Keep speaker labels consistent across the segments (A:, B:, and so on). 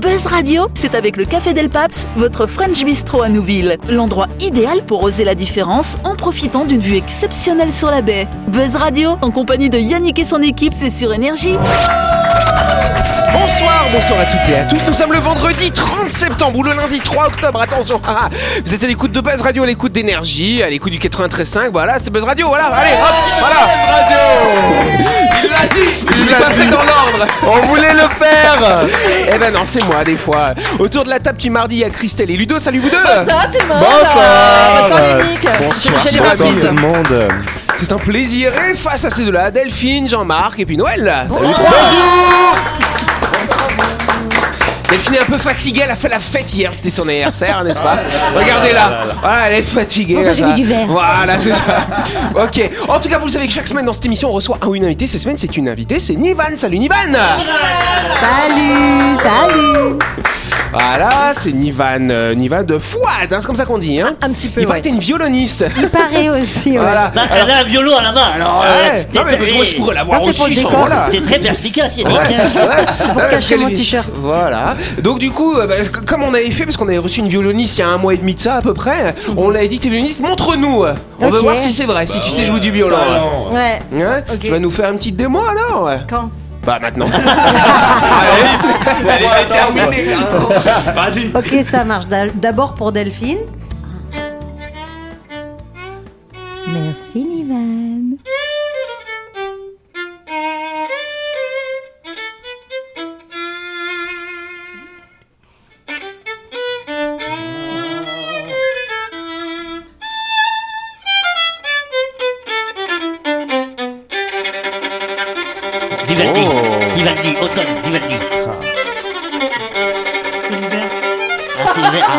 A: Buzz Radio, c'est avec le Café Del Paps, votre French Bistro à Nouville. L'endroit idéal pour oser la différence en profitant d'une vue exceptionnelle sur la baie. Buzz Radio, en compagnie de Yannick et son équipe, c'est sur Énergie.
B: Bonsoir, bonsoir à toutes et à tous. Nous sommes le vendredi 30 septembre ou le lundi 3 octobre. Attention, ah, ah. vous êtes à l'écoute de Buzz Radio, à l'écoute d'énergie, à l'écoute du 93.5. Voilà, c'est Buzz Radio. Voilà, allez, hop, voilà.
C: Il l'a dit
B: Je l'ai pas fait dans l'ordre.
C: On voulait le faire
B: Eh ben non, c'est moi des fois. Autour de la table du mardi, il y a Christelle et Ludo. Salut vous deux.
D: Bonsoir tout le monde
C: Bonsoir.
D: Bonsoir Yannick
B: Bonsoir.
D: J'ai des
C: Bonsoir
D: rapides.
C: tout le monde
B: C'est un plaisir. Et face à ces deux-là, Delphine, Jean-Marc et puis Noël. Salut les trois. Delphine est un peu fatiguée, elle a fait la fête hier, c'était son anniversaire, n'est-ce pas Regardez-la, voilà, elle est fatiguée.
D: pour ça que j'ai
B: là,
D: mis du verre.
B: Voilà, c'est ça. ok, en tout cas, vous le savez que chaque semaine dans cette émission, on reçoit un ou une invitée. Cette semaine, c'est une invitée, c'est Nivan. Salut Nivan
E: Salut, salut.
B: Voilà, c'est Nivan, euh, Nivan de Fouad, hein, c'est comme ça qu'on dit. Hein.
D: Un petit peu,
B: Il paraît
D: ouais.
B: que t'es une violoniste.
E: Il paraît aussi. ouais.
B: voilà.
F: Bah, elle a un violon à la main, alors.
B: Ah
F: euh,
B: ouais.
F: t'es-
B: Non, mais
F: t'es-
B: moi, je pourrais l'avoir
E: Non, c'est pour
B: aussi
E: le
B: sans
E: décor.
B: voilà.
F: T'es très perspicace, Yannick.
B: Ouais, ouais. Non, mais
E: cacher mon
B: quelle-
E: t-shirt.
B: Voilà. Donc du coup, euh, bah, c- comme on avait fait, parce qu'on avait reçu une violoniste il y a un mois et demi de ça à peu près, on l'avait dit, t'es violoniste, montre-nous. On veut
E: Ok.
B: voir si c'est vrai, si tu sais jouer du violon.
E: Ouais.
B: Hein
E: Ok.
B: Tu vas nous faire une petite démo alors
E: Quand
B: Bah maintenant.
C: Allez,
G: euh,
C: terminé Vas-y
E: Ok, ça marche. Dal- D'abord pour Delphine.
H: Merci Nivan.
F: Vivaldi,
C: Oh.
F: Vivaldi, automne, Vivaldi.
E: C'est l'hiver.
F: Ah, c'est l'hiver, ah.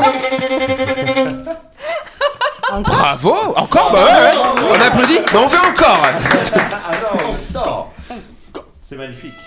B: Bravo Encore Bah ouais, ouais. On applaudit Mais on fait encore
C: C'est magnifique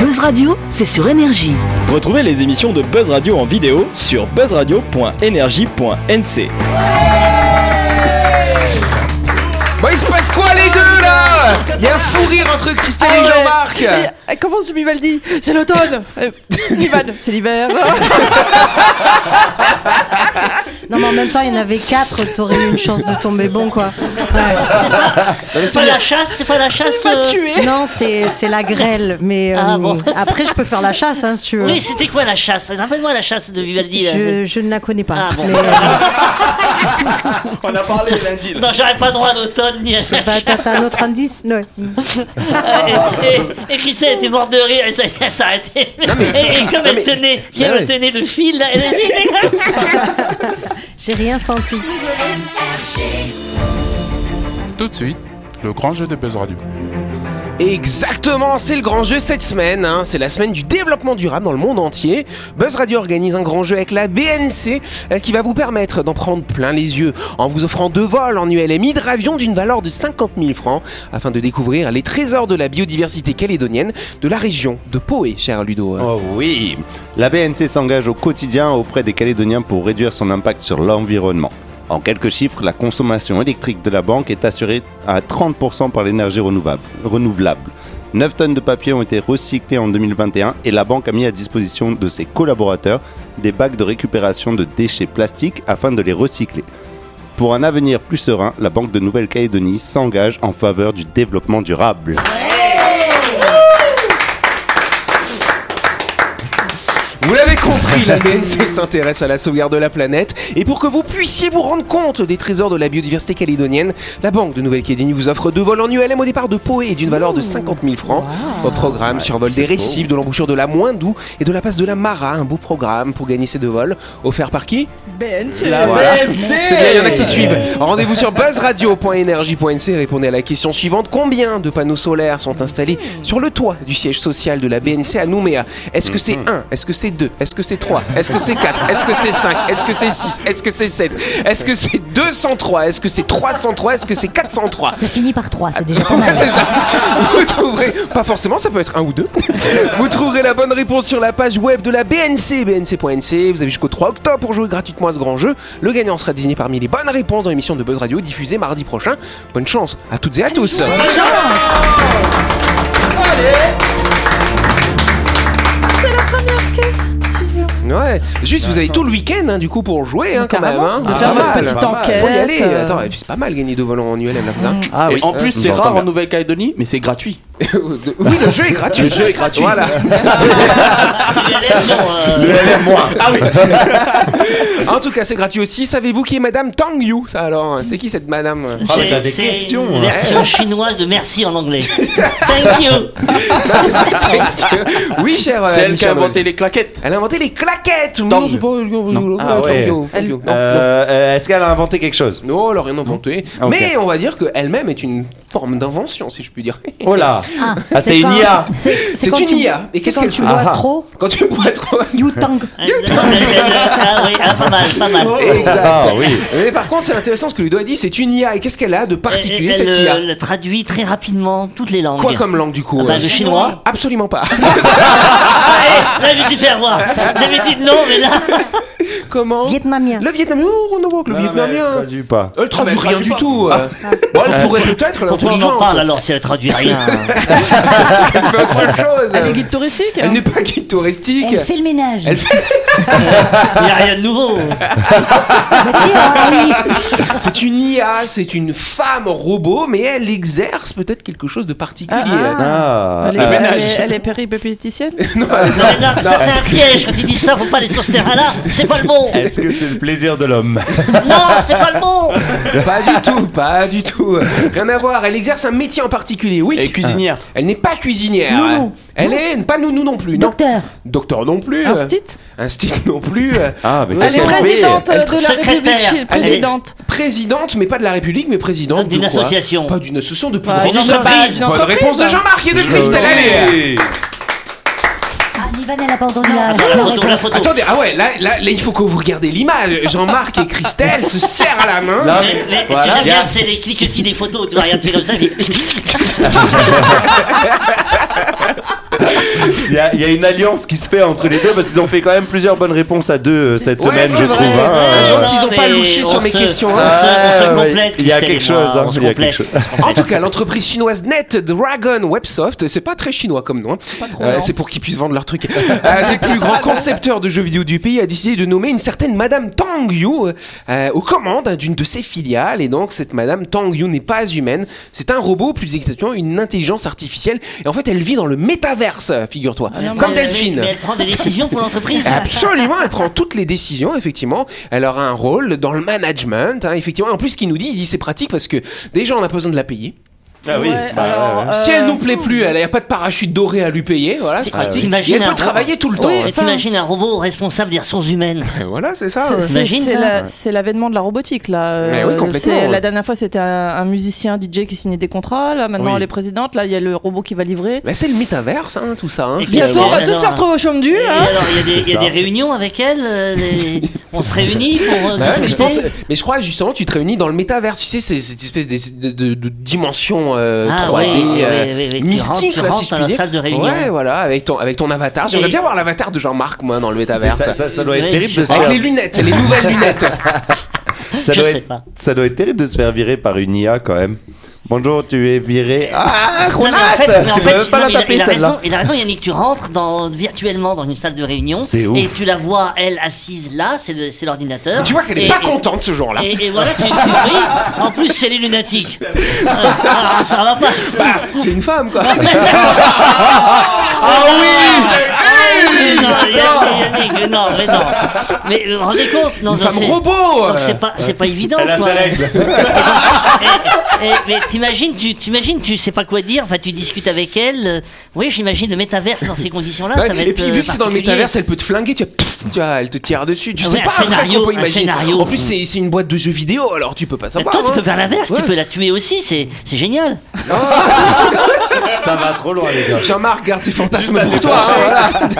A: Buzz Radio, c'est sur Énergie.
G: Retrouvez les émissions de Buzz Radio en vidéo sur buzzradio.energie.nc.
B: Bon, il se passe quoi les deux là Il y a un fou rire entre
D: Ah
B: Christelle et Jean-Marc
D: Et euh, Comment ce Vivaldi C'est l'automne Euh, Vivaldi, c'est l'hiver
B: Ah,
E: Non, mais en même temps, il y en avait quatre. T'aurais eu une chance de tomber bon, quoi.
F: C'est pas la chasse, c'est pas la chasse.
D: Pas
F: euh,
D: tué
E: Non, c'est c'est la grêle. Mais euh,
F: Ah, bon.
E: après, je peux faire la chasse, hein, si tu veux.
F: euh, Oui, c'était quoi la chasse Rappelle-moi la chasse de Vivaldi. là.
E: Je, je ne la connais pas.
F: Ah, bon.
E: Mais, euh,
C: On a parlé lundi
F: Non, j'aurais pas droit d'automne ni à la
E: bah,
F: chasse.
E: t'as t'as un autre indice Non.
F: Et, et- et Christelle était morte de rire, elle s'est- elle s'est arrêtée. et, et comme elle tenait, comme
B: ouais.
F: elle tenait le fil, là, elle a dit
E: J'ai rien senti.
I: Tout de suite, le grand jeu de Buzz Radio.
B: Exactement, c'est le grand jeu cette semaine. hein. C'est la semaine du développement durable dans le monde entier. Buzz Radio organise un grand jeu avec la BNC euh, qui va vous permettre d'en prendre plein les yeux en vous offrant deux vols en ULM hydravion d'une valeur de 50 000 francs afin de découvrir les trésors de la biodiversité calédonienne de la région de Poé, cher Ludo.
C: Oh oui La BNC s'engage au quotidien auprès des Calédoniens pour réduire son impact sur l'environnement. En quelques chiffres, la consommation électrique de la banque est assurée à 30% par l'énergie renouvelable. renouvelable. 9 tonnes de papier ont été recyclées en 2021 et la banque a mis à disposition de ses collaborateurs des bacs de récupération de déchets plastiques afin de les recycler. Pour un avenir plus serein, la Banque de Nouvelle-Calédonie s'engage en faveur du développement durable.
B: Vous l'avez compris, la BNC s'intéresse à la sauvegarde de la planète. Et pour que vous puissiez vous rendre compte des trésors de la biodiversité calédonienne, la Banque de Nouvelle-Calédonie vous offre deux vols en ULM au départ de Poé et d'une valeur de 50 000 francs. Au programme, survol des récifs, de l'embouchure de la Moindou et de la passe de la Mara. Un beau programme pour gagner ces deux vols. Offert par qui
D: Ben, c'est
B: c'est bien, il y en a qui suivent. Rendez-vous sur buzzradio.energie.nc et répondez à la question suivante. Combien de panneaux solaires sont installés sur le toit du siège social de la BNC à Nouméa Est-ce que c'est 1 Est-ce que c'est 2 Est-ce que c'est 3 Est-ce que c'est 4 Est-ce que c'est 5 Est-ce que c'est 6 Est-ce que c'est 7 Est-ce que c'est 203 Est-ce que c'est 303 Est-ce que c'est 403
H: Ça finit par 3, c'est déjà pas
B: Ouais,
H: mal.
B: c'est ça. Vous trouverez, pas forcément, ça peut être un ou deux. Vous trouverez la bonne réponse sur la page web de la BNC, bnc.nc. Vous avez jusqu'au 3 octobre pour jouer gratuitement à ce grand jeu. Le gagnant sera désigné parmi les bonnes réponses dans l'émission de Buzz Radio diffusée mardi prochain. Bonne chance à toutes et à tous. Ouais, juste vous avez tout le week-end hein, du coup pour jouer hein, quand même. hein.
D: De
B: C'est
D: faire
B: pas
D: votre
B: mal.
D: petite
C: pas mal.
D: enquête.
B: Faut y aller.
D: euh,
B: Attends, et puis c'est pas mal gagner deux volants en ULM là. putain.
J: Ah,
C: oui.
J: En plus,
C: Je
J: c'est
C: vous entends
J: rare
C: bien.
J: en Nouvelle-Calédonie, mais c'est gratuit.
B: oui, le jeu est gratuit.
J: Le jeu est gratuit.
B: Voilà.
F: bon, euh,
B: En tout cas, c'est gratuit aussi. Savez-vous qui est Madame Tang Yu Ça alors, c'est qui cette Madame
C: Ah, mais t'as
F: c'est-
C: des
F: c'est
C: questions,
F: une
C: hein.
F: version chinoise de merci en anglais. Thank you.
B: Oui, cher. euh,
J: C'est elle qui a
B: Michel
J: inventé les claquettes.
B: Elle a inventé les claquettes
J: Tang.
B: Non, c'est pas... Non.
J: Ah
B: Tang
C: ouais.
B: Yu, Tang Yu, non,
C: Euh, euh, Est-ce qu'elle a inventé quelque chose
B: Non, Non, elle a rien inventé.
C: Ah, ok.
B: Mais on va dire qu'elle-même est une forme d'invention, si je puis dire.
C: Oh là
H: Ah,
C: Ah, c'est une
H: pas-
C: IA.
B: C'est
E: quand
B: une
E: tu-
B: IA. Et
E: c'est
B: qu'est-ce
E: quand
B: qu'elle
E: tu
B: fait
E: bois
C: Ah.
E: trop
B: Quand tu bois trop...
E: You tang.
F: ah oui, ah, pas mal, pas mal.
C: Ah oui
B: Mais par contre, c'est intéressant ce que Ludo a dit, c'est une IA. Et qu'est-ce qu'elle a de particulier,
F: Elle, elle,
B: cette
F: euh,
B: IA
F: le traduit très rapidement toutes les langues.
B: Quoi comme langue, du coup
F: Ah bah,
B: euh
F: le chinois.
B: Absolument pas.
F: Ah, hé, là, je me suis fait avoir. D'habitude, non, mais là.
B: Comment
E: Vietnamien.
B: Le Vietnam, non, non, que le Vietnamien.
C: Du Euh, pas. Ah.
B: Elle traduit rien du tout. euh. Bon, elle pourrait peut-être
F: Pourquoi on en
B: l'intelligence.
F: parle alors si elle traduit rien
B: Elle fait autre chose.
D: Elle est guide touristique hein.
B: Elle n'est pas guide touristique.
H: Elle fait le ménage.
B: Elle fait-
F: Il n'y a rien de nouveau.
H: Bah si,
D: hein.
H: ah oui.
B: C'est une IA, c'est une femme robot, mais elle exerce peut-être quelque chose de particulier.
D: Ah,
C: Ah,
D: Elle est,
C: euh,
D: elle
J: ménage.
D: est, elle est péripétiticienne
F: Non, mais non, ça c'est un piège quand ils disent ça, faut pas aller sur ce terrain-là, c'est pas le bon
C: Est-ce que c'est le plaisir de l'homme
F: Non, c'est pas le bon
D: ah.
B: Pas du tout, pas du tout. Rien à voir. Elle exerce un métier en particulier, oui.
J: Elle est cuisinière.
B: Elle n'est pas cuisinière.
H: Nounou.
B: Elle est pas nounou non plus. Non.
H: Docteur.
B: Docteur non plus.
D: Un stit
B: Un style non plus. Euh,
C: Ah, mais
D: Elle
C: qu'est-ce
D: est
C: qu'elle fait
D: présidente
F: Elle-
D: euh, de la
F: secrétaire.
D: République
F: Elle est-
D: chinoise. Présidente.
B: Présidente, mais pas de la République, mais présidente
F: D'une
B: de quoi
F: association.
B: Pas d'une association de plus
D: Bah,
B: grande
F: une
B: entreprise.
F: entreprise, une
B: Bonne
D: entreprise. hein.
B: réponse de Jean-Marc et de Christelle. Allez.
H: Ah, Nivan, elle a pas entendu la,
F: Attends,
H: la
F: la photo, la
H: réponse.
F: photo
B: Attendez, ah ouais, là, là, là, il faut que vous regardez l'image. Jean-Marc et Christelle se serrent à la main.
C: Là,
F: Mais, mais
C: Voilà.
F: ce que j'aime
C: Bien.
F: bien, c'est les cliquetis des photos, tu vois, regarde, tu fais comme ça, vite.
C: Il y, a- il y a une alliance qui se fait entre les deux parce qu'ils ont fait quand même plusieurs bonnes réponses à deux euh, cette
B: Ouais,
C: semaine,
B: c'est
C: je
B: vrai.
C: trouve. hein.
B: Ouais,
C: Euh,
B: gentil. gentils, ils ont pas louché sur mes questions,
F: On,
B: hein.
F: se, on se
C: Ouais, ouais,
F: complète,
C: il y a
F: Christelle
C: quelque
F: et moi,
C: chose, hein,
F: on se
C: il y a
F: complète.
C: quelque
B: En tout cas, l'entreprise chinoise NetDragon Websoft, c'est pas très chinois comme nom, hein. Euh, c'est pour qu'ils puissent vendre leurs trucs. Un des plus
F: Ah
B: grands concepteurs de jeux vidéo du pays a décidé de nommer une certaine Madame Tang Yu euh, euh, aux commandes d'une de ses filiales. Et donc, cette Madame Tang Yu n'est pas humaine, c'est un robot, plus exactement une intelligence artificielle. Et en fait, elle vit dans le métaverse, figure-toi,
F: Mais-
B: comme
F: Ah, mais-
B: Delphine. Ah,
F: Mais elle prend des décisions pour l'entreprise.
B: Absolument, elle prend toutes les décisions, effectivement. Elle aura un rôle dans le management, hein, effectivement. Et en plus, ce qu'il nous dit, il dit c'est pratique parce que déjà, on a pas besoin de la payer.
C: Ah oui,
D: Ouais,
C: bah,
D: alors, euh,
B: Si elle nous plaît plus, elle n'y a pas de parachute doré à lui payer, voilà, c'est
F: Ah,
B: pratique.
F: t'imagines
B: Et elle
F: un
B: peut
F: robot.
B: travailler tout le temps. hein.
D: Oui.
F: Et T'imagines un robot responsable des ressources humaines
B: Et Voilà, c'est ça.
D: C'est-
B: ouais.
D: C'est
F: T'imagines
D: c'est
F: ça
D: la- c'est l'avènement de la robotique là. Euh,
B: Mais oui, complètement,
D: c'est-
B: ouais.
D: La dernière fois c'était un, un musicien DJ qui signait des contrats. Là maintenant
C: Oui.
D: elle est présidente. Là il y a le robot qui va livrer.
B: Bah, c'est le métaverse, hein, tout ça. hein.
F: Et qui-
D: Bientôt on va
F: alors,
D: tous se retrouver au chaume du.
F: Et
D: hein.
F: alors, il y a des, il y a
C: ça.
F: des réunions avec elle euh, les- On se réunit pour. euh,
B: Bah ouais, mais je
F: discuter
B: pense, mais je crois justement, tu te réunis dans le métaverse. Tu sais, c'est cette espèce de, de- de- de dimension euh,
F: Ah
B: 3D
F: oui, oui,
B: euh,
F: oui, oui, tu rentres-
B: mystique,
F: tu
B: là, si
F: rentres
B: je
F: dans
B: puis
F: la
B: dire.
F: salle de réunion.
B: Ouais, voilà, avec ton, avec ton avatar. J'aimerais
F: Et-
B: bien voir l'avatar de Jean-Marc, moi, dans le
C: mais
B: métaverse.
C: ça, ça- ça doit être
F: Oui.
C: terrible de se
B: Avec
C: faire.
B: les lunettes, les nouvelles lunettes.
C: Ça
F: Je
C: doit,
F: sais
C: être,
F: pas.
C: ça doit être terrible de se faire virer par une IA quand même. Bonjour, tu es viré. Ah,
F: Non, mais en fait- mais en
C: connasse Tu peux
F: fait,
C: même pas la
F: non, mais il a-
C: taper
F: il a
C: celle-là.
F: raison- Il a raison, Yannick, tu rentres dans, virtuellement dans une salle de réunion
C: C'est
F: et
C: ouf.
F: tu la vois, elle assise là, c'est le- c'est l'ordinateur.
B: tu vois qu'elle
F: Et-
B: est pas
F: et-
B: contente, ce genre-là.
F: Et, et voilà, tu, tu ris. En plus, c'est les lunatiques. Euh, ah, ça va pas.
B: Bah, c'est une femme, quoi. Ah
F: ah oui Yannick, Yannick, mais non, mais non. Mais vous vous rendez compte non,
B: Une
F: non,
B: femme
F: c'est-
B: robot euh.
F: Donc c'est pas, c'est pas évident.
K: Elle a
F: quoi.
K: ses règles.
F: Eh, mais t'imagines, tu t'imagines, tu sais pas quoi dire. Enfin, tu discutes avec elle. euh, Oui, j'imagine le métaverse dans ces conditions-là,
B: Ouais,
F: ça va
B: et
F: être,
B: puis
F: euh,
B: vu que c'est dans le
F: particulier.
B: métaverse, elle peut te flinguer, tu vois, pff, tu vois, elle te tire dessus. Tu
F: Ah
B: sais
F: ouais, un
B: pas après ce
F: scénario,
B: qu'on peut
F: un
B: imaginer.
F: scénario.
B: En plus, c'est c'est une boîte de jeux vidéo, alors tu peux pas
F: Mais
B: savoir.
F: toi, tu
B: hein.
F: peux faire l'inverse,
B: Ouais.
F: tu peux la tuer aussi, c'est c'est génial.
C: Ça va trop loin, les gars.
B: Jean-Marc, garde tes fantasmes pour toi. hein, voilà.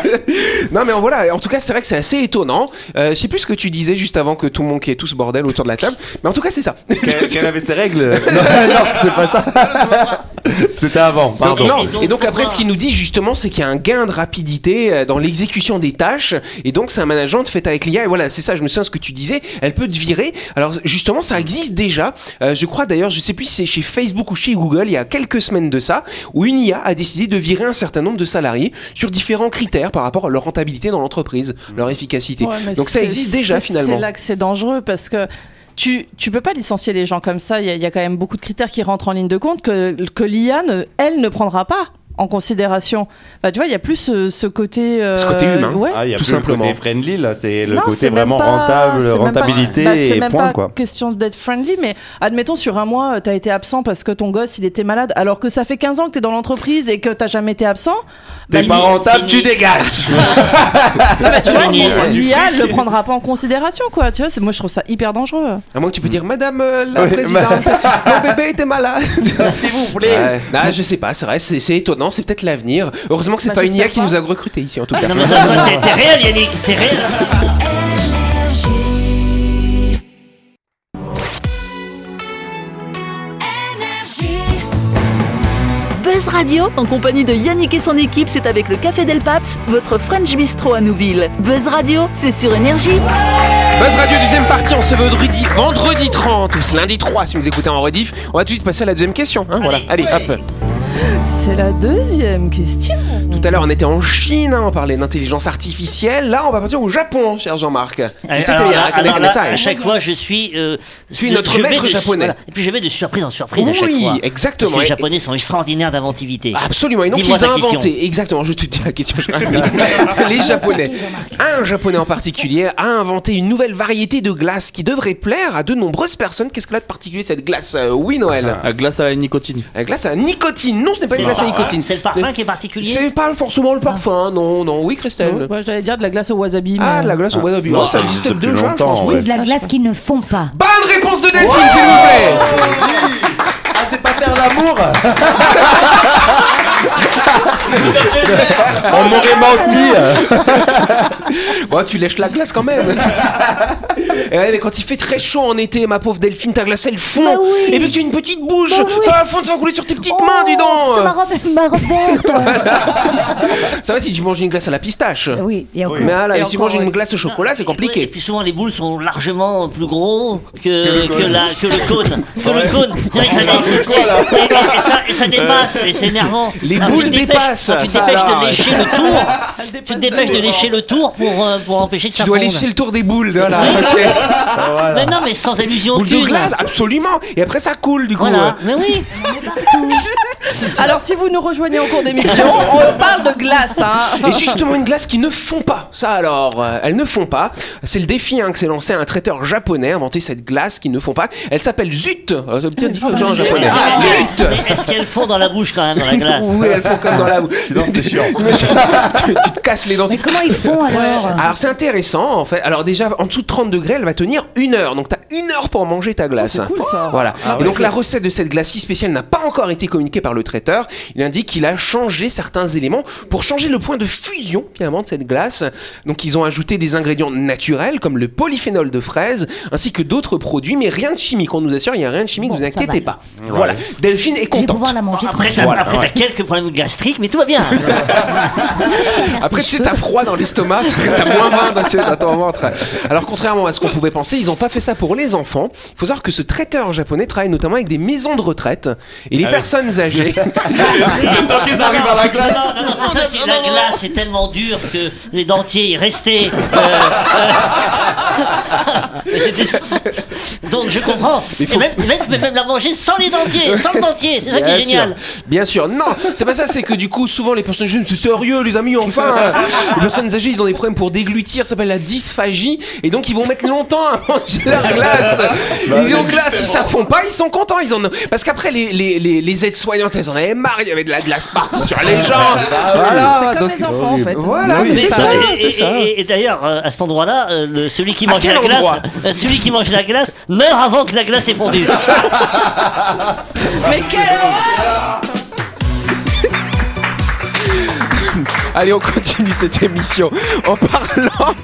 B: non, mais voilà. En tout cas, c'est vrai que c'est assez étonnant. Euh, je sais plus ce que tu disais juste avant que tout le monde qui est tout ce bordel autour de la table. Mais en tout cas, c'est ça.
C: Qu'elle qu'elle avait ses règles. Non, non, c'est pas ça. C'était avant, pardon.
B: Donc, non. Et donc,
F: Et donc,
B: après,
F: pouvoir-
B: ce qu'il nous dit justement, c'est qu'il y a un gain de rapidité euh, dans l'exécution des tâches. Et donc, c'est un management fait avec l'IA. Et voilà, c'est ça, je me souviens de ce que tu disais. Elle peut te virer. Alors, justement, ça existe déjà. Euh, je crois d'ailleurs, je sais plus si c'est chez Facebook ou chez Google, il y a quelques semaines de ça, où une IA a décidé de virer un certain nombre de salariés sur différents critères par rapport à leur rentabilité dans l'entreprise, leur efficacité.
D: Ouais, mais
B: donc, ça
D: c'est-
B: existe déjà
D: c'est-
B: finalement.
D: C'est là que c'est dangereux parce que. Tu, tu peux pas licencier les gens comme ça. Il y, a- il y a quand même beaucoup de critères qui rentrent en ligne de compte que, que l'IA, ne, elle, ne prendra pas en considération. Bah, tu vois, il y a plus ce, ce côté. euh,
B: Ce côté humain.
D: ouais.
C: Ah, il y a
B: Tout
C: plus
B: simplement.
C: le côté friendly là, c'est le
D: Non,
C: côté
D: c'est même
C: vraiment
D: pas-
C: rentable,
D: c'est même pas-
C: rentabilité
D: bah, c'est
C: et
D: même
C: point
D: pas
C: quoi.
D: question d'être friendly, mais admettons sur un mois, t'as été absent parce que ton gosse il était malade, alors que ça fait 15 ans que t'es dans l'entreprise et que t'as jamais été absent.
C: T'es
F: Bah,
C: pas
F: il-
C: rentable,
F: il-
C: tu dégages.
D: Non, bah, tu vois,
F: Ouais,
D: l'IA
F: ouais, du
D: l'IA le prendra pas en considération, quoi. Tu vois, c'est- moi je trouve ça hyper dangereux.
B: À moins que tu peux dire, Madame euh, la
C: Oui,
B: Présidente, mon bébé était malade.
C: Si vous voulez.
B: Ouais. Non, je sais pas, c'est vrai, c'est c'est étonnant, c'est peut-être l'avenir. Heureusement que c'est
D: Bah,
B: pas une IA
D: j'espère
B: qui
D: pas.
B: nous a recrutés ici en tout cas.
F: Non, mais toi, toi, t'es- t'es réel, Yannick, t'es réel.
A: Buzz Radio, en compagnie de Yannick et son équipe, c'est avec le Café Del Paps, votre French Bistro à Nouville. Buzz Radio, c'est sur Énergie.
B: Buzz Radio, deuxième partie, on se veut vendredi, vendredi 30 ou ce lundi 3 si vous nous écoutez en rediff. On va tout de suite passer à la deuxième question. hein, voilà. Allez, hop.
D: C'est la deuxième question.
B: Tout à l'heure, on était en Chine, hein, on parlait d'intelligence artificielle. Là, on va partir au Japon, cher Jean-Marc.
F: Alors,
B: C'était
F: alors
B: il y a
F: là,
B: un
F: alors là,
B: Kanagasai.
F: à chaque fois, je suis. euh,
B: Suis
F: de-
B: notre
F: je vais
B: maître
F: de-
B: japonais.
F: voilà. Et puis je vais de surprise en surprise à chaque
B: Oui,
F: fois.
B: exactement.
F: Parce que
B: Et- Ah,
F: les japonais sont extraordinaires d'inventivité.
B: Absolument, et donc ils
F: Dis-moi ta
B: ont
F: question.
B: inventé, exactement, je te dis la question, les japonais, un japonais en particulier a inventé une nouvelle variété de glace qui devrait plaire à de nombreuses personnes, qu'est-ce que là de particulier cette glace Euh, Oui Noël,
J: La glace à la nicotine.
B: la glace à nicotine, non ce n'est pas une glace à
F: parfum-
B: nicotine,
F: Ah. C'est le parfum qui est particulier.
B: c'est pas forcément le parfum, non, non, oui Christelle
D: Moi j'allais dire de la glace au wasabi.
B: Ah, de
D: mais- euh,
B: la glace au wasabi,
C: Non,
B: Oh, ça
C: ça
B: existe
C: existe depuis
B: déjà, je
C: longtemps,
B: pense.
H: C'est de la glace qu'ils ne font pas.
B: Bonne réponse de Delphine, s'il vous plaît
C: Ah, c'est pas faire l'amour On m'aurait menti
B: Bon, tu lèches la glace quand même. Et ouais, mais quand il fait très chaud en été, ma pauvre Delphine, ta glace elle fond. Et vu que tu as une petite bouche, ça va fondre, ça va couler sur tes petites mains, dis
E: Oh,
H: C'est ma
B: donc.
H: robe, ma robe verte.
B: Ça va si tu manges une glace à la pistache.
E: Bah
H: Oui, il y a encore.
B: Mais ah là,
D: Et
B: si tu
D: encore,
B: manges une
D: oui.
B: glace au chocolat, c'est
F: Ouais, Ah, Et
B: compliqué.
F: puis souvent les boules sont largement plus gros que,
C: le
F: que,
C: cône.
F: la, que le cône. Que le cône. C'est
B: Ah,
F: vrai que ça dé- et, et- et ça, et ça dépasse, et c'est énervant.
B: Les
F: Alors, tu
B: boules
F: te dépêches-
B: dépassent,
F: alors, Tu
B: ça,
F: te dépêches
B: alors.
F: de lécher le tour. Tu te
D: dépasse
F: dépêches de
D: le
F: lécher le tour pour, euh, pour empêcher que
B: Tu
F: ça
B: dois
F: fonde.
B: lécher le tour des boules, voilà. ok.
F: Mais non, mais sans allusion
B: Boules
F: aucune.
B: de glace, absolument. Et après ça coule du coup. euh.
F: Voilà, mais oui.
D: Alors si vous nous rejoignez en cours d'émission, on parle de glace. Hein.
B: Et justement, une glace qui ne fond pas. Ça alors, euh, elles ne font pas. C'est le défi hein, que s'est lancé un traiteur japonais, inventer cette glace qui ne fond pas. Elle s'appelle Zut. Euh, t'as bien dit que j'ai un japonais. Ah, Zut
F: Mais est-ce qu'elles fond dans la bouche quand même, dans la glace
B: Oui, elles font comme dans la
C: Sinon, c'est chiant.
B: Mais tu, tu- tu te casses les dents.
H: Mais comment ils font alors
B: Alors c'est intéressant en fait. Alors déjà en dessous de 30 degrés, elle va tenir une heure. Donc t'as une heure pour manger ta
H: Oh,
B: glace.
D: cool, ça.
B: Voilà.
C: Ah
B: Et
C: ouais.
B: donc la recette de cette glacis spéciale n'a pas encore été communiquée par le traiteur. Il indique qu'il a changé certains éléments pour changer le point de fusion finalement de cette glace. Donc ils ont ajouté des ingrédients naturels comme le polyphénol de fraise ainsi que d'autres produits, mais rien de chimique. On nous assure, il n'y a rien de chimique.
H: Bon,
B: vous
H: ça
B: inquiétez
H: va.
B: pas. Voilà. Delphine est
H: Je vais
B: contente.
H: pouvoir la manger
F: Après,
H: tranquille.
F: t'as après, t'as quelques problèmes gastriques, mais tout va bien.
B: Après, tu sais, t'as froid dans l'estomac, ça reste à moins 20 dans, le- dans ton ventre. Alors, contrairement à ce qu'on pouvait penser, ils n'ont pas fait ça pour les enfants. Il faut savoir que ce traiteur japonais travaille notamment avec des maisons de retraite et les personnes âgées.
C: Tant qu'ils arrivent à la
F: Non,
C: glace
F: non, non, c'est ça, c'est- la glace est tellement dure que les dentiers y restaient. Euh, euh, Mais c'est plus simple. Donc je comprends.
B: Il faut-
F: Et même, et même, tu peux même la manger sans les dentiers, sans le dentier. C'est ça qui
B: Bien
F: est génial.
B: sûr, Bien sûr. Non, c'est pas ça. C'est que du coup, souvent les personnes jeunes, c'est sérieux, les amis. Enfin, hein. les personnes âgées, ils ont des problèmes pour déglutir. Ça s'appelle la dysphagie. Et donc, ils vont mettre longtemps à manger
F: Bah
B: leur glace. et donc là, si ça fond pas, ils sont contents. Ils en ont... parce qu'après, les, les, les, les aides-soignantes, elles en avaient marre. Il y avait de la glace partout sur
F: Ah
B: les gens.
F: bah
B: Voilà.
D: C'est comme
B: Ah, donc-
D: les enfants en fait.
B: Voilà, mais c'est ça,
F: et-
B: c'est
F: et,
B: ça.
F: et- et d'ailleurs, euh, à cet endroit-là, euh, le- celui qui mange
B: quel
F: la glace,
B: endroit
F: euh, celui qui mange la glace meurt avant que la glace ait fondu.
D: Mais quelle
B: Allez, on continue cette émission en parlant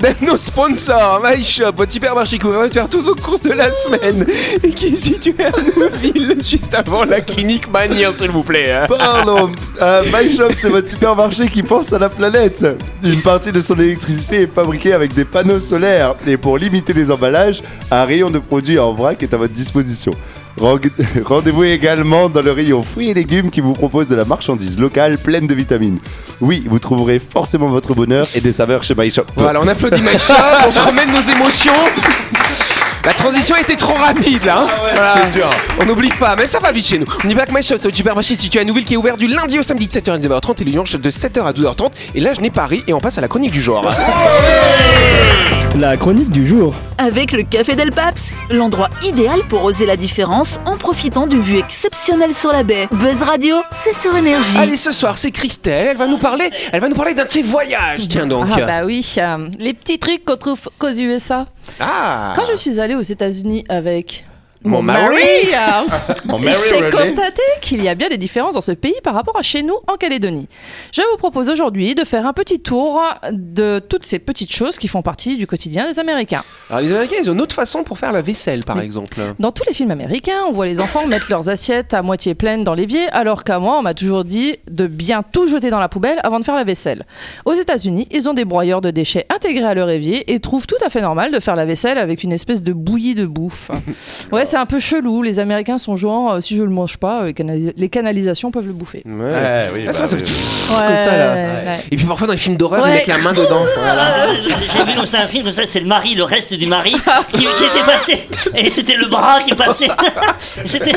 B: de nos sponsors. My Shop, votre supermarché qui va faire toutes vos courses de la semaine et qui est situé à Neuville, juste avant la clinique Manière, s'il vous plaît. hein.
C: Pardon, euh, My Shop, c'est votre supermarché qui pense à la planète. Une partie de son électricité est fabriquée avec des panneaux solaires. Et pour limiter les emballages, un rayon de produits en vrac est à votre disposition. Ren- Rendez-vous également dans le rayon fruits et légumes qui vous propose de la marchandise locale pleine de vitamines. Oui, vous trouverez forcément votre bonheur et des saveurs chez My Shop.
B: Voilà, on applaudit My Shop, on se remet de nos émotions. La transition était trop rapide là. hein. Voilà.
C: c'était dur.
B: On n'oublie pas, mais ça va vite chez nous. On y va avec My Shop, c'est votre supermarché situé à Nouville qui est ouvert du lundi au samedi de 7h à 19h30 et le dimanche de 7h à 12h30. Et là, je n'ai pas ri et on passe à la chronique du jour.
G: La chronique du jour.
A: Avec le Café Del Paps, l'endroit idéal pour oser la différence en profitant d'une vue exceptionnelle sur la baie. Buzz Radio, c'est sur énergie.
B: Allez, ce soir, c'est Christelle. Elle va nous parler. Elle va nous parler d'un de ses voyages. Tiens donc.
D: Ah bah oui, euh, les petits trucs qu'on trouve qu'aux USA.
B: Ah.
D: Quand je suis allée aux États-Unis avec
B: Mon mari.
D: euh,
C: On
D: j'ai constaté qu'il y a bien des différences dans ce pays par rapport à chez nous en Calédonie. Je vous propose aujourd'hui de faire un petit tour de toutes ces petites choses qui font partie du quotidien des Américains.
B: Alors, les Américains, ils ont une autre façon pour faire la vaisselle, par exemple.
D: Dans tous les films américains, on voit les enfants mettre leurs assiettes à moitié pleines dans l'évier, alors qu'à moi, on m'a toujours dit de bien tout jeter dans la poubelle avant de faire la vaisselle. Aux États-Unis, ils ont des broyeurs de déchets intégrés à leur évier et trouvent tout à fait normal de faire la vaisselle avec une espèce de bouillie de bouffe. Ouais, c'est un peu chelou. Les Américains sont genre, euh, si je le mange pas, euh, les, canali- les canalisations peuvent le bouffer.
B: Ouais.
C: Ah, oui,
B: Ah, ça,
C: bah
B: ça
C: oui,
B: fait
D: Ouais,
B: comme ça, là.
D: ouais.
B: Et puis parfois dans les films d'horreur,
D: Ouais.
B: ils mettent la main dedans. Voilà.
F: Ah. J'ai vu dans un film comme ça, c'est le mari, le reste du mari qui, qui était passé. Et c'était le bras qui passait. C'était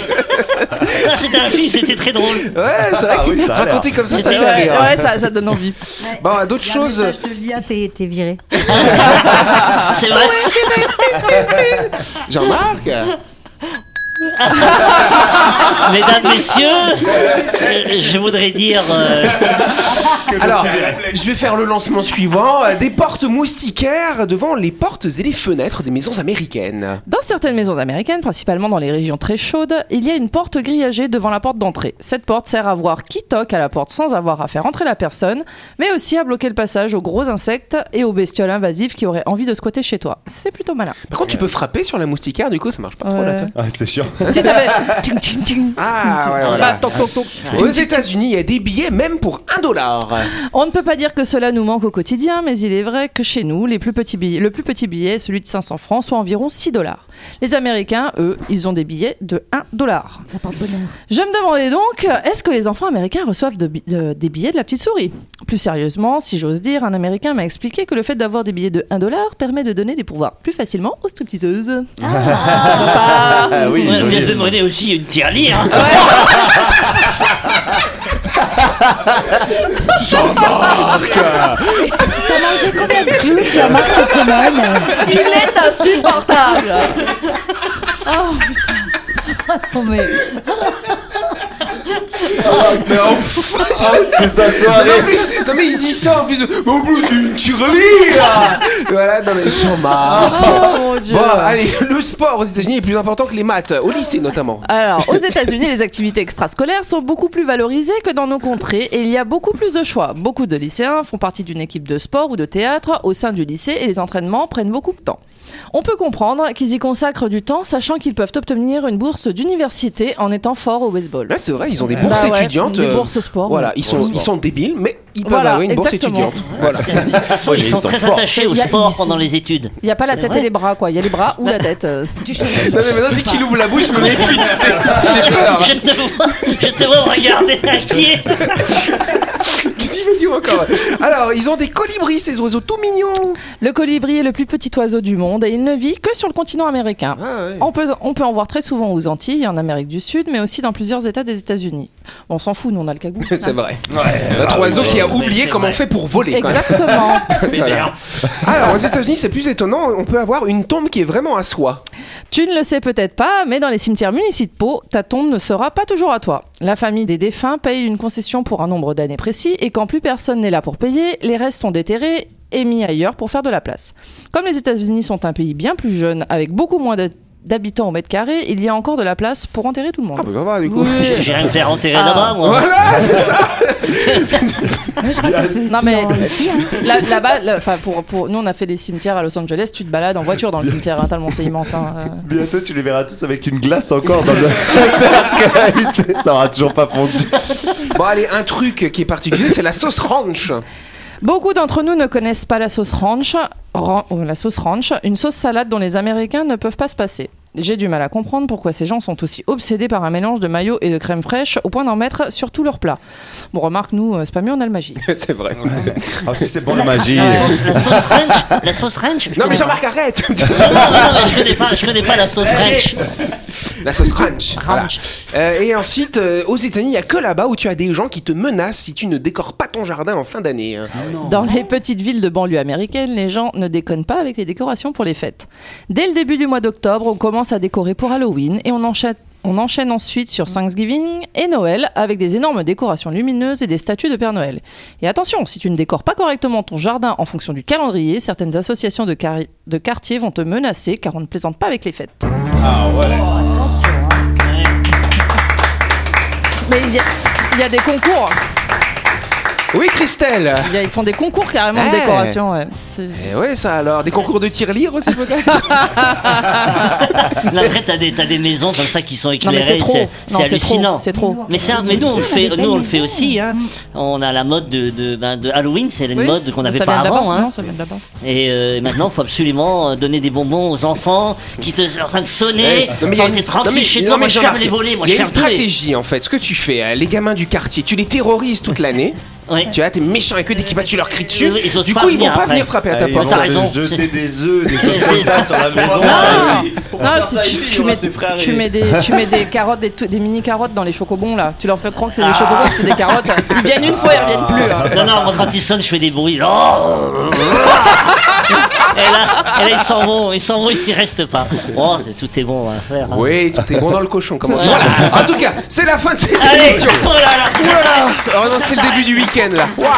F: Ah, c'était un film, c'était très drôle.
B: Ouais, c'est vrai
C: Ah
B: que
C: oui, ça a l'air.
B: raconter comme ça, ça
D: Ouais,
B: fait rire.
D: ouais, ça, ça donne envie.
B: Bon, d'autres choses.
E: Je te lia, t'es t'es viré.
B: Ah.
F: C'est vrai.
B: Jean-Marc Ah
F: Mesdames, messieurs, euh, je voudrais dire. euh,
B: Alors, je vais faire le lancement suivant. Euh, Des portes moustiquaires devant les portes et les fenêtres des maisons américaines.
D: Dans certaines maisons américaines, principalement dans les régions très chaudes, il y a une porte grillagée devant la porte d'entrée. Cette porte sert à voir qui toque à la porte sans avoir à faire entrer la personne, mais aussi à bloquer le passage aux gros insectes et aux bestioles invasives qui auraient envie de squatter chez toi. C'est plutôt malin.
B: Par contre, tu peux frapper sur la moustiquaire, du coup, ça marche pas trop là.
D: Ouais.
B: toi.
C: Ah, c'est chiant.
D: si ça fait ting ting ting.
B: Ah, ouais,
D: Bah, toc, toc, toc.
B: Aux États-Unis, il y a des billets même pour un dollar.
D: On ne peut pas dire que cela nous manque au quotidien, mais il est vrai que chez nous, les plus petits billets, le plus petit billet est celui de 500 francs, soit environ 6 dollars. Les Américains, eux, ils ont des billets de 1 dollar.
H: Ça porte bonheur.
D: Je me demandais donc, est-ce que les enfants américains reçoivent de bi- de- des billets de la petite souris Plus sérieusement, si j'ose dire, un Américain m'a expliqué que le fait d'avoir des billets de 1 dollar permet de donner des pouvoirs plus facilement aux stripteaseuses.
C: Ah oui,
F: on vient
C: joli.
F: se demander aussi une tirelire.
B: Ah
H: T'as mangé combien de clous, Jean-Marc, cette semaine
D: Il est insupportable
H: Oh, mais...
B: Mais enfin,
C: Ah, c'est sa
B: non,
C: soirée.
B: mais, non, mais il dit ça en plus. Mais en plus, c'est une tirelire Voilà, non mais j'en marre.
D: Oh mon dieu
B: Bon, allez, le sport aux États-Unis est plus important que les maths, au lycée notamment.
D: Alors, aux États-Unis, les activités extrascolaires sont beaucoup plus valorisées que dans nos contrées et il y a beaucoup plus de choix. Beaucoup de lycéens font partie d'une équipe de sport ou de théâtre au sein du lycée et les entraînements prennent beaucoup de temps. On peut comprendre qu'ils y consacrent du temps, sachant qu'ils peuvent obtenir une bourse d'université en étant forts au baseball.
B: Là, c'est vrai, ils ont des bourses
D: Bah ouais,
B: étudiantes.
D: des
B: euh,
D: bourses sport.
B: Voilà, ils sont,
D: Bourses
B: ils
D: sport.
B: sont débiles, mais ils peuvent
D: Voilà,
B: avoir une bourse
D: exactement.
B: étudiante. Voilà.
F: De toute façon,
C: Ouais,
F: ils
C: mais
F: sont
C: ils sont
F: très
C: forts.
F: attachés au
D: Il y a-
F: sport
D: ils-
F: pendant les études.
D: Il n'y a pas la tête
F: Ouais.
D: et les bras, quoi. Il y a les bras ou la tête. euh.
B: Non, mais maintenant, dès qu'il ouvre la bouche, je me méfie, tu sais. J'ai peur.
F: Je te vois, je te vois me regarder inquiet.
B: Qu'est-ce qu'il veut mignon encore. Alors, ils ont des colibris, ces oiseaux tout mignons.
D: Le colibri est le plus petit oiseau du monde et il ne vit que sur le continent américain.
B: Ah, ouais.
D: On peut, on peut en voir très souvent aux Antilles, en Amérique du Sud, mais aussi dans plusieurs États des États-Unis. On s'en fout, nous on a le cagou.
B: C'est vrai. Notre oiseau qui a
F: ouais,
B: oublié
F: c'est
B: comment on
F: vrai.
B: fait pour voler. quand même.
D: Exactement.
F: Vénère.
B: Alors, aux États-Unis, c'est plus étonnant. On peut avoir une tombe qui est vraiment à soi.
D: Tu ne le sais peut-être pas, mais dans les cimetières municipaux, ta tombe ne sera pas toujours à toi. La famille des défunts paye une concession pour un nombre d'années précis, et quand plus personne n'est là pour payer, les restes sont déterrés et mis ailleurs pour faire de la place. Comme les États-Unis sont un pays bien plus jeune, avec beaucoup moins d'ha- d'habitants au mètre carré, il y a encore de la place pour enterrer tout le monde.
B: Ah, bah, ça va, du coup.
D: Oui.
F: J'ai rien me faire enterrer
D: Ah.
F: là-bas, moi.
B: Voilà, c'est ça.
H: je crois que ça se fait
D: Non,
H: aussi
D: mais-
H: en- ici. hein.
D: Là- Là-bas, là, enfin, pour, pour, nous on a fait les cimetières à Los Angeles, tu te balades en voiture dans le cimetière, hein, tellement c'est immense. hein, euh.
C: Bientôt, tu les verras tous avec une glace encore dans le. ça aura toujours pas fondu.
B: Bon, allez, un truc qui est particulier, c'est la sauce ranch.
D: Beaucoup d'entre nous ne connaissent pas la sauce ranch, ran- ou la sauce ranch, une sauce salade dont les Américains ne peuvent pas se passer. J'ai du mal à comprendre pourquoi ces gens sont aussi obsédés par un mélange de mayo et de crème fraîche au point d'en mettre sur tous leurs plats. Bon, remarque, nous, euh, c'est pas mieux, on a le magie.
B: c'est vrai.
C: Ah, si c'est bon, la magie.
F: La sauce, la sauce ranch, la sauce ranch. je
B: Non, mais
F: connais
B: Jean-Marc, arrête
F: pas. Non, non, non, mais je connais pas, je connais pas la sauce ranch.
B: La sauce ranch. voilà.
D: Ranch.
B: Euh, et ensuite, euh, aux États-Unis, il n'y a que là-bas où tu as des gens qui te menacent si tu ne décores pas ton jardin en fin d'année. hein.
D: Dans les petites villes de banlieue américaine, les gens ne déconnent pas avec les décorations pour les fêtes. Dès le début du mois d'octobre, on commence à décorer pour Halloween et on enchaîne, on enchaîne ensuite sur Thanksgiving et Noël avec des énormes décorations lumineuses et des statues de Père Noël. Et attention, si tu ne décores pas correctement ton jardin en fonction du calendrier, certaines associations de, cari- de quartier vont te menacer car on ne plaisante pas avec les fêtes. Mais il y a, il y a des concours,
B: Oui, Christelle
D: Il y a- ils font des concours carrément
B: Hey.
D: de décoration. ouais. C'est-
B: Eh ouais, ça alors, des concours de tirelire aussi peut-être
F: Là, après, t'as des, t'as des maisons comme ça qui sont
D: Non mais
F: éclairées.
D: c'est trop, Non,
F: c'est
D: c'est
F: hallucinant.
D: trop, c'est trop.
F: Mais, ça, mais nous, on le
H: Monsieur,
F: fait,
H: on avait
F: nous, on le
H: pas
F: fait
H: une
F: aussi.
H: maison.
F: Hein. On a la mode de, de, ben, de Halloween, c'est une
D: Oui,
F: mode qu'on
D: ça
F: n'avait
D: vient
F: pas
D: de là-bas.
F: avant. Hein.
D: Non, ça vient de là-bas.
F: Et euh, maintenant, faut absolument euh, donner des bonbons aux enfants qui te sont en train de sonner.
B: Non, mais il y a
F: Quand
B: une-
F: t'es
B: non,
F: tranquille
B: mais-
F: chez
B: non,
F: toi,
B: mais
F: moi je ferme
B: Jean-Marc,
F: les volets, moi
B: Il y
F: je
B: a une
F: ferme tous les-
B: stratégie en fait. Ce que tu fais, euh, les gamins du quartier, tu les terrorises toute l'année.
F: Ouais.
B: Tu vois, t'es méchant avec eux dès qu'ils passent, tu leur cries dessus.
F: Oui, ils osent
B: du
F: pas
B: coup, Ah, ils vont
F: venir
B: pas
F: après.
B: venir frapper à ta
C: Ils
B: porte.
C: vont
F: t'as
C: te
F: raison.
C: Jeter des œufs, des choses comme ça sur la maison. ça
D: Ah, non, si
J: ça
D: tu,
J: ici,
D: tu
J: on
D: mets,
J: va se faire
D: tu
J: et-
D: mets des, tu mets des carottes, des, tou- des mini carottes dans les chocobons là. Tu leur fais croire que c'est des chocobons, que c'est des carottes. Ils viennent une fois, ils reviennent plus. hein.
F: Non, non, moi, quand ils sonnent, je fais des bruits. Oh et, là, et là, ils s'en vont, ils s'en vont, ils restent pas. Oh, c'est- tout est bon à faire. hein.
B: Oui, tout est bon dans le cochon. Comment...
F: C'est ça.
B: Voilà. En tout cas, c'est la fin de cette
F: Allez,
B: émission.
F: oh là là,
B: Voilà. Alors Oh non, c'est le début du week-end là. Waouh.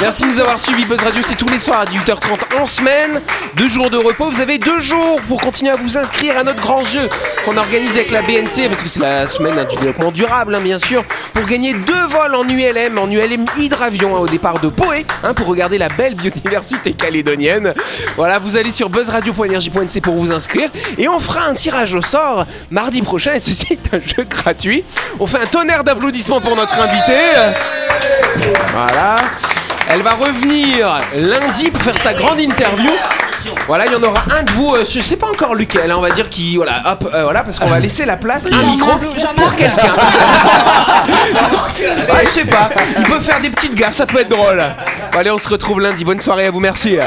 B: Merci de nous avoir suivis. Buzz Radio, c'est tous les soirs à 18h30 en semaine. Deux jours de repos. Vous avez deux jours pour continuer à vous inscrire à notre grand jeu qu'on organise avec la BNC, parce que c'est la semaine hein, du développement durable, hein, bien sûr, pour gagner deux vols en ULM, en ULM hydravion hein, au départ de Poé, hein, pour regarder la belle biodiversité calédonienne. Voilà, vous allez sur buzzradio.energie.nc pour vous inscrire et on fera un tirage au sort mardi prochain. Et ceci est un jeu gratuit. On fait un tonnerre d'applaudissements pour notre invitée. Voilà. Elle va revenir lundi pour faire sa grande interview. Voilà, il y en aura un de vous, euh, je sais pas encore lequel, hein, on va dire qui, voilà, hop, euh, voilà, parce qu'on va laisser la place, un micro pour quelqu'un. Ouais, je sais pas, il peut faire des petites gaffes, ça peut être drôle. Bon, allez, on se retrouve lundi, bonne soirée à vous, merci. hein.